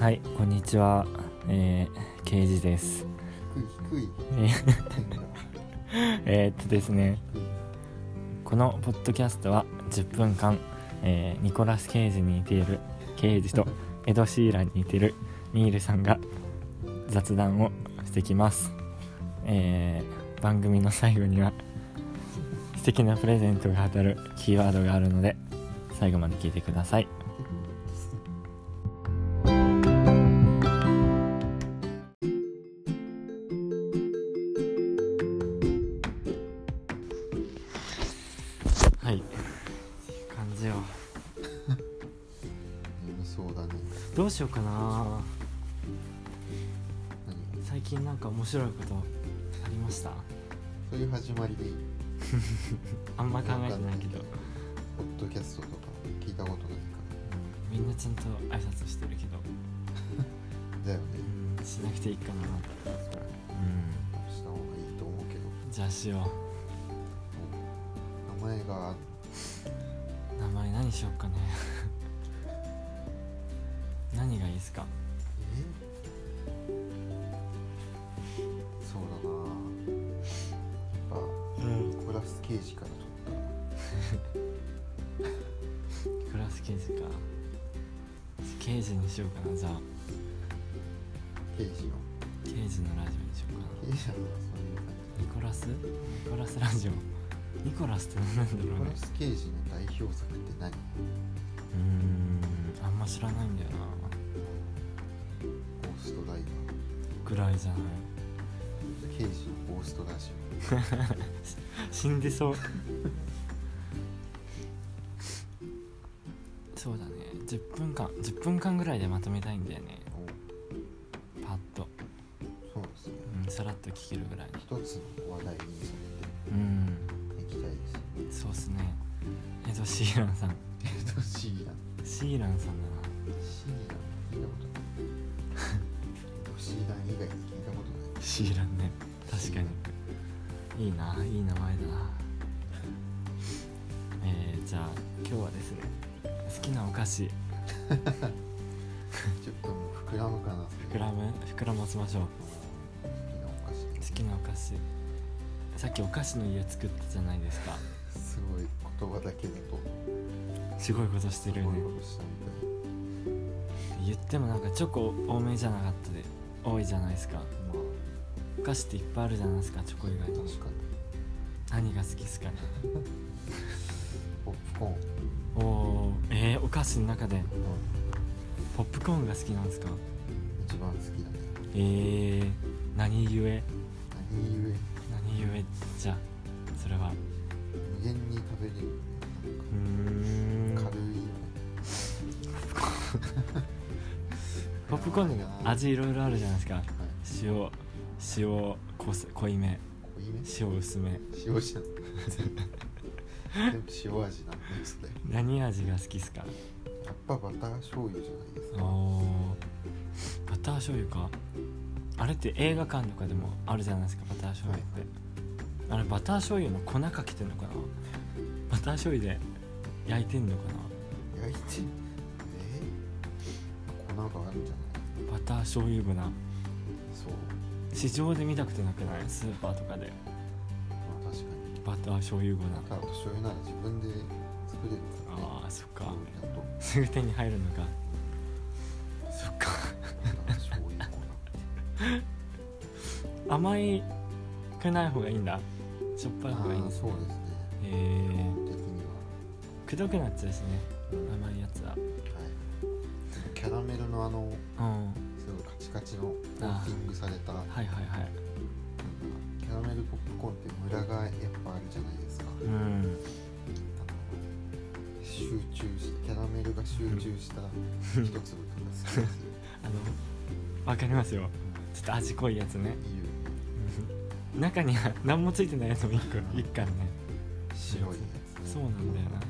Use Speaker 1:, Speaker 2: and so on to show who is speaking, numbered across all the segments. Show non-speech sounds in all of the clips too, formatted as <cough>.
Speaker 1: はい、こんにちは。えー、刑事です。
Speaker 2: 低い低い
Speaker 1: えー
Speaker 2: 点が
Speaker 1: えーっとですね、
Speaker 2: 低い
Speaker 1: このポッドキャストは10分間、えーニコラス・ケイジに似ている刑事とエド・シーランに似ているミールさんが雑談をしてきます。えー番組の最後には素敵なプレゼントが当たるキーワードがあるので、最後まで聞いてください。はい。いい感じよ。
Speaker 2: 眠そうだね
Speaker 1: どうしようかな
Speaker 2: 何
Speaker 1: 最近なんか面白いことありました
Speaker 2: そういう始まりでいい
Speaker 1: あんま考えてないけど、
Speaker 2: ポッドキャストとか聞いたことないか
Speaker 1: みんなちゃんと挨拶してるけど、
Speaker 2: らだよね
Speaker 1: うん、しなくていいかな
Speaker 2: それした方がいいと思うけど
Speaker 1: じゃあしよ
Speaker 2: 名前が
Speaker 1: う名前何しようかね <laughs> 何がいいですか
Speaker 2: えそうだなやっ
Speaker 1: うん
Speaker 2: ぱコラス刑事から取ったら
Speaker 1: クラス刑事か刑事にしようかなじゃあ
Speaker 2: 刑事の
Speaker 1: 刑事のラジオにしようかな
Speaker 2: 刑事なのはそういう感
Speaker 1: ニコラスニコラスラジオニコラスって何なんだ
Speaker 2: じ
Speaker 1: ろう
Speaker 2: コ
Speaker 1: ね
Speaker 2: ラス刑事の代表作って何
Speaker 1: うーんあんま知らないんだよな
Speaker 2: ゴーストライダー
Speaker 1: ぐらいじゃ <laughs> ない
Speaker 2: 刑事のゴーストラジ
Speaker 1: 死んで <laughs> そうそうだね10分間10分間ぐらいでまとめたいんだよね
Speaker 2: オお
Speaker 1: パッと、
Speaker 2: そうですね
Speaker 1: うん、さらっと聞けるぐらい
Speaker 2: 一つの話題にさ
Speaker 1: うん
Speaker 2: れていきたいですね
Speaker 1: そうっすねえっとシーランさん
Speaker 2: えっとシーラン
Speaker 1: シーランさん
Speaker 2: シーラン聞いたことないえっとシーラン以外に聞いたことない
Speaker 1: だなシーランね確かにいいないい名前だなえー、じゃあ今日はですね好きなお菓子
Speaker 2: ちょっともう膨らむかな
Speaker 1: 膨らむ膨らませましょう
Speaker 2: 好きなお菓子
Speaker 1: 好きなお菓子さっきお菓子の家作ったじゃないですか
Speaker 2: すごい言葉だけだと
Speaker 1: すごいことして
Speaker 2: す
Speaker 1: るよ
Speaker 2: ごい
Speaker 1: ね
Speaker 2: ことしたみたい
Speaker 1: 言ってもなんかチョコ多めじゃなかったで多いじゃないですか
Speaker 2: まあ
Speaker 1: お菓子っていっぱいあるじゃないですかチョコ以外に
Speaker 2: 確かに
Speaker 1: 何が好きですかね
Speaker 2: ポップコーン
Speaker 1: おおえー、お菓子の中で
Speaker 2: うん
Speaker 1: ポップコーンが好きなんですか
Speaker 2: 一番好きだね
Speaker 1: えー、何故何故
Speaker 2: 何故
Speaker 1: じゃそれは
Speaker 2: 無限に食べれるよね
Speaker 1: うーん
Speaker 2: なんか軽いよね
Speaker 1: <laughs>
Speaker 2: <laughs>
Speaker 1: ポップコーンの味いろいろあるじゃないですか
Speaker 2: はい
Speaker 1: 塩塩濃す濃いめ
Speaker 2: 濃いね
Speaker 1: 塩薄め
Speaker 2: 塩じゃん全部塩味なんですね
Speaker 1: 何味が好きですか
Speaker 2: やっぱバター醤油じゃないです
Speaker 1: お
Speaker 2: か
Speaker 1: バター醤油かあれって映画館とかでもあるじゃないですかバター醤油って、あれバター醤油の粉かけてんのかなバター醤油で焼いてんのか
Speaker 2: 焼いてえー、粉があるんじゃない
Speaker 1: なバター醤油粉
Speaker 2: そう、
Speaker 1: 市場で見たことなくないスーパーとかで
Speaker 2: まあ、確かに
Speaker 1: バター醤油粉
Speaker 2: バターと醤油なら自分で作れるからね
Speaker 1: ああそっ
Speaker 2: 醤
Speaker 1: か
Speaker 2: 油だと
Speaker 1: すぐ手に入るのかそっか
Speaker 2: バター醤油粉
Speaker 1: 甘いくない方がいいんだしょっぱい方がいいん
Speaker 2: あ
Speaker 1: で
Speaker 2: あ
Speaker 1: す
Speaker 2: そうですね
Speaker 1: え
Speaker 2: 基
Speaker 1: ー
Speaker 2: 本的には
Speaker 1: くどくなっちゃうしね甘いやつは
Speaker 2: はいキャラメルのあの
Speaker 1: うん
Speaker 2: すごいカチカチのコーティングされた
Speaker 1: はいはいはい
Speaker 2: キャラメルポップコーンってムラがやっぱあるじゃないですか、
Speaker 1: うん
Speaker 2: 集中しキャラメルが集中した一粒とか好きですよ
Speaker 1: あのわかりますよちょっと味濃いやつね
Speaker 2: いいよね
Speaker 1: 中には何もついてないやつも一個一貫ね
Speaker 2: 白いやつ、ね、
Speaker 1: そうなんだよな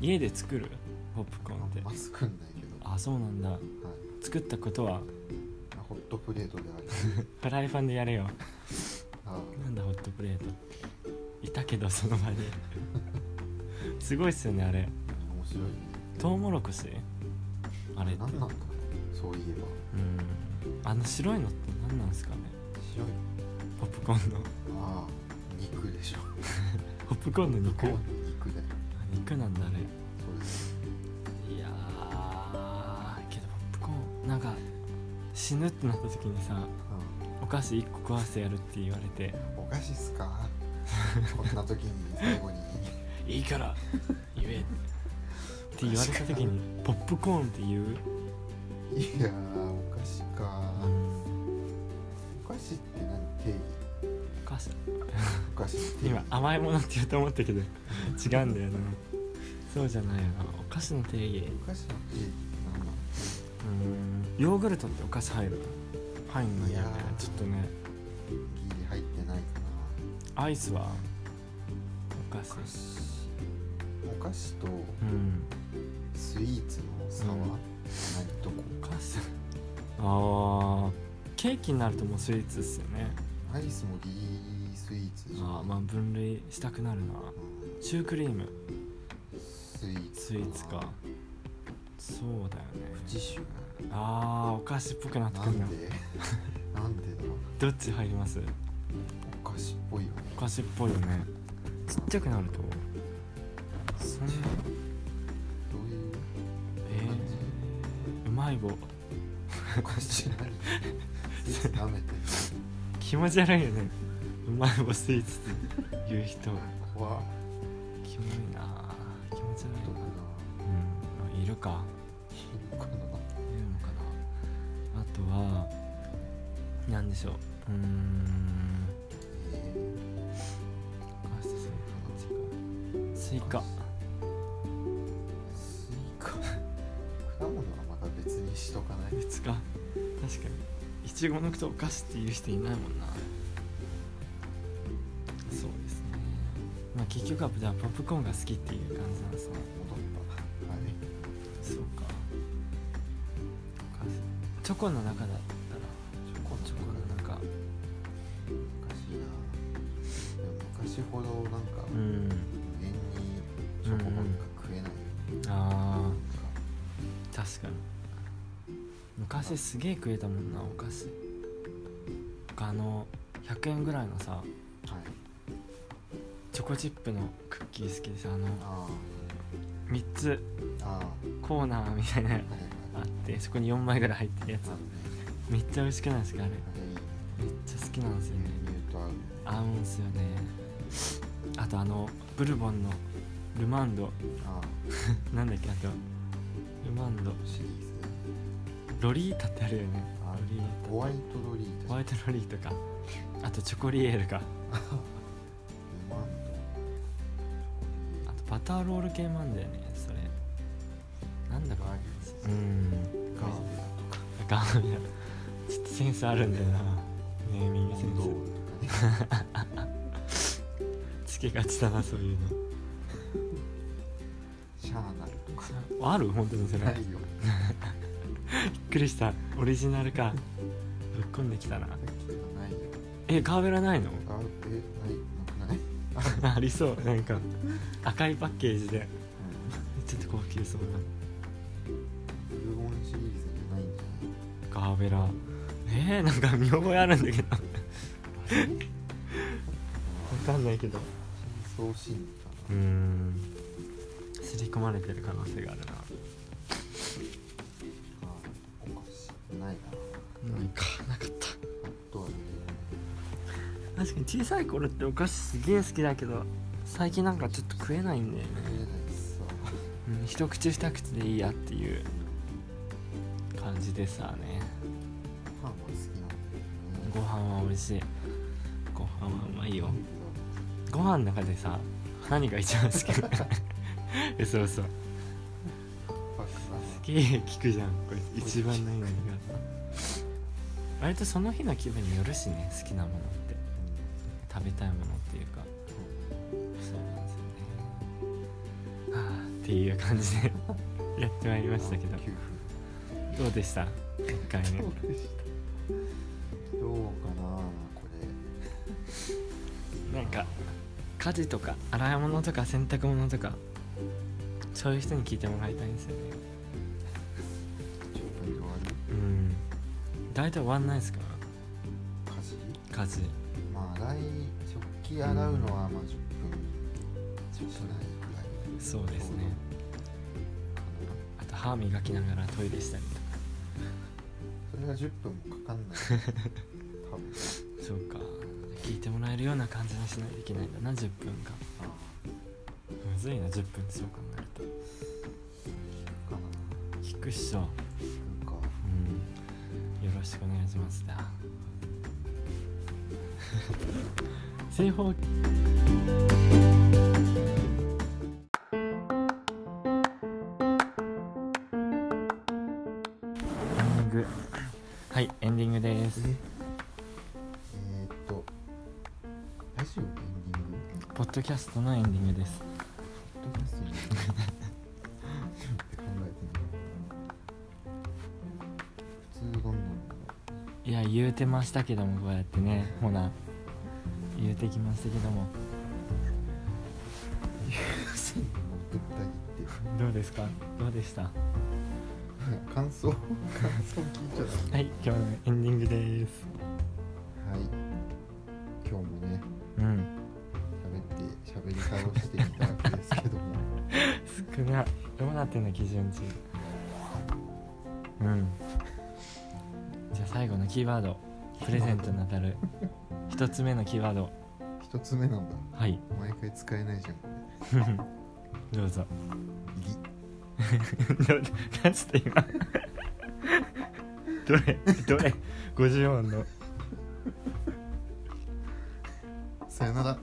Speaker 1: 家で作るポップコーンって
Speaker 2: あんま作んないけど、
Speaker 1: あそうなんだ
Speaker 2: はい、
Speaker 1: 作ったことは
Speaker 2: あホットプレートである
Speaker 1: フライパンでやれよ
Speaker 2: あ
Speaker 1: なんだホットプレートいたけどその場にすごいっすよねあれ
Speaker 2: あ面白いね
Speaker 1: トウモロコシあれって
Speaker 2: 何なんだろうそういえば
Speaker 1: うんあの白いのって何なんですかね
Speaker 2: 白い
Speaker 1: ポップコーンの
Speaker 2: ああ肉でしょ
Speaker 1: ポップコーンの肉
Speaker 2: 肉肉だよ
Speaker 1: 肉なんだあれ
Speaker 2: そうです
Speaker 1: いやーけどポップコーンなんか死ぬってなった時にさお菓子1個食わせてやるって言われて
Speaker 2: うんお菓子っすかこんな時に最
Speaker 1: <laughs>
Speaker 2: 後に
Speaker 1: いいから言えって言われた時にポップコーンって言う、
Speaker 2: いやーお菓子かお菓子って何定義
Speaker 1: お菓子
Speaker 2: お菓子の定義
Speaker 1: 今甘いものって言うと思ったけど違うんだよなそうじゃないよなお菓子の定義
Speaker 2: お菓子の定義って何なの
Speaker 1: ヨーグルトってお菓子入る入んないよね
Speaker 2: いやー
Speaker 1: ちょっとね
Speaker 2: ギリ入ってないかな
Speaker 1: アイスはお菓
Speaker 2: お
Speaker 1: 子
Speaker 2: 菓子お菓子と
Speaker 1: うん
Speaker 2: スイーツの差は
Speaker 1: うん
Speaker 2: 何とこ
Speaker 1: お菓子ああケーキになるともうスイーツっすよね
Speaker 2: アイスもギリスイーツじゃん
Speaker 1: あーまあ分類したくなるな
Speaker 2: うん
Speaker 1: シュークリーム
Speaker 2: スイーツ
Speaker 1: スイーツかそうだよね
Speaker 2: プチシュ
Speaker 1: あーお菓子っぽくなって
Speaker 2: な
Speaker 1: くるなん
Speaker 2: でなんでだろう
Speaker 1: どっち入ります
Speaker 2: お菓子っぽいよね
Speaker 1: お菓子っぽいよねちっちゃくなるとそんな
Speaker 2: どういう
Speaker 1: えー、うまい棒
Speaker 2: お菓子何スイーツ舐めてる
Speaker 1: <laughs> 気持ち悪いよねうまい棒スイーツって言う人
Speaker 2: 怖っ
Speaker 1: キモいな気持ち
Speaker 2: ど
Speaker 1: 悪
Speaker 2: こ
Speaker 1: い
Speaker 2: だ
Speaker 1: なうんあいるか
Speaker 2: どこだ
Speaker 1: いるのかなあとはなんでしょううーん
Speaker 2: えー
Speaker 1: あそうそうスイカ
Speaker 2: スイカ果物はまた別にしとかない
Speaker 1: 別か確かにいちごのことお菓子っていう人いないもんなそうですねまあ結局はじゃあポップコーンが好きっていう感じなんですね
Speaker 2: 戻ったはい
Speaker 1: そうかお菓子チョコの中だったら
Speaker 2: チョコ
Speaker 1: チョコの中
Speaker 2: 難しいなでも昔ほどなんか
Speaker 1: うん
Speaker 2: 無限にチョコなんか食えないよ
Speaker 1: あ
Speaker 2: なんか
Speaker 1: ー確かに昔すげえ食えたもんなお菓子あの100円ぐらいのさ
Speaker 2: はい
Speaker 1: チョコチップのクッキー好きでさあの
Speaker 2: あ
Speaker 1: 3つ
Speaker 2: あああは
Speaker 1: コーナーみたいない
Speaker 2: はい
Speaker 1: あってそこに4枚ぐらい入ってるやつ
Speaker 2: あるね
Speaker 1: めっちゃ美味しくないですかあれ
Speaker 2: あれいいね
Speaker 1: めっちゃ好きなんですよね
Speaker 2: 牛乳と合うね
Speaker 1: 合うんすよねあとあのブルボンのルマンド
Speaker 2: ああ
Speaker 1: なんだっけあとルマンド
Speaker 2: シリーズね
Speaker 1: ロリータってあるよね
Speaker 2: あ
Speaker 1: ロリータ
Speaker 2: ホワイトドリー
Speaker 1: ホワイトロリーとかあとチョコリエールか
Speaker 2: ルマンド
Speaker 1: あとバターロール系もあんだよねそれなんだか
Speaker 2: ガー
Speaker 1: う
Speaker 2: リ
Speaker 1: ん
Speaker 2: ーガーリだとか
Speaker 1: ガーミラちょっとセンスあるんだよなネーミングセ
Speaker 2: 運動
Speaker 1: ン
Speaker 2: とかね
Speaker 1: スつけがちだなそういう
Speaker 2: シャーナルとか
Speaker 1: のある本当にそれ
Speaker 2: な
Speaker 1: びっ
Speaker 2: いよ
Speaker 1: くりしたオリジナルかぶっこんできたな
Speaker 2: さっきとかないよ
Speaker 1: えガーベラないの <laughs>
Speaker 2: ガーえないなくない
Speaker 1: ありそうなんか赤いパッケージで
Speaker 2: うん
Speaker 1: ちょっと高級そうな
Speaker 2: ブルゴンシリーズじゃないんじゃ
Speaker 1: ガーベラえー、なんか見覚えあるんだけどわ
Speaker 2: ない
Speaker 1: かんないけど
Speaker 2: 深層心
Speaker 1: うー
Speaker 2: 理かな、
Speaker 1: ん刷り込まれてる可能性がある
Speaker 2: あおかしいないな
Speaker 1: なないかなかった
Speaker 2: あとはね
Speaker 1: 確かに小さい頃ってお菓子すげえ好きだけど最近なんかちょっと食えないんだよね、
Speaker 2: 見えないっすわ
Speaker 1: うん、一口二口でいいやっていう感じでさね
Speaker 2: ご飯は
Speaker 1: ご飯は
Speaker 2: 好きなんだけどね
Speaker 1: 美味しいご飯はうまいよ
Speaker 2: なんだ
Speaker 1: ご飯の中でさ何が一番好き <laughs> なの嘘嘘す
Speaker 2: ろうバックは
Speaker 1: げえ聞くじゃんこれ一番ないのにが割とその日の気分によるしね好きなものって食べたいものっていうかそうなんですよねはあっていう感じで <laughs> やってまいりましたけど
Speaker 2: 9
Speaker 1: どうでした1回目
Speaker 2: 分どうでしたどうかなこれ
Speaker 1: なんか家事とか洗い物とか洗濯物とかそういう人に聞いてもらいたいんですよね
Speaker 2: 10分で終わる
Speaker 1: うん大体終わんないですか
Speaker 2: 家事
Speaker 1: 家事
Speaker 2: まあ洗い食器洗うのはまあ10分しないぐらい
Speaker 1: そうですねあと歯磨きながらトイレしたりとか
Speaker 2: それが10分もかかんない多分
Speaker 1: そうか聞いてもらえるような感じにしないといけないんだな10分間
Speaker 2: ああ
Speaker 1: むずいな10分ってそう考える
Speaker 2: かな
Speaker 1: と聞くっしょ
Speaker 2: なんか
Speaker 1: うんよろしくお願いしますだ正方エンディングはいエンディングです
Speaker 2: えー、っとラジオエンディング
Speaker 1: ポッドキャストのエンディングです
Speaker 2: ポッドキャストエンディングって考えてみよう普通どんどん
Speaker 1: いや言うてましたけどもこうやってねほな言うてきましたけども
Speaker 2: 持ってったりって
Speaker 1: どうですかどうでしたは
Speaker 2: 感想感想聞いちゃダメ
Speaker 1: い今日のエンディングです
Speaker 2: はい今日もね
Speaker 1: うん
Speaker 2: 喋って喋り倒してみたわけですけども
Speaker 1: 少ないどうなってんの基準値うんじゃあ最後のキーワードプレゼントに当たる一つ目のキーワード
Speaker 2: 一つ目なんだ
Speaker 1: はい
Speaker 2: 毎回使えないじゃんこ
Speaker 1: どうぞ
Speaker 2: れり
Speaker 1: <laughs> ど何つって今 <laughs> どれどれ50音の
Speaker 2: さよなら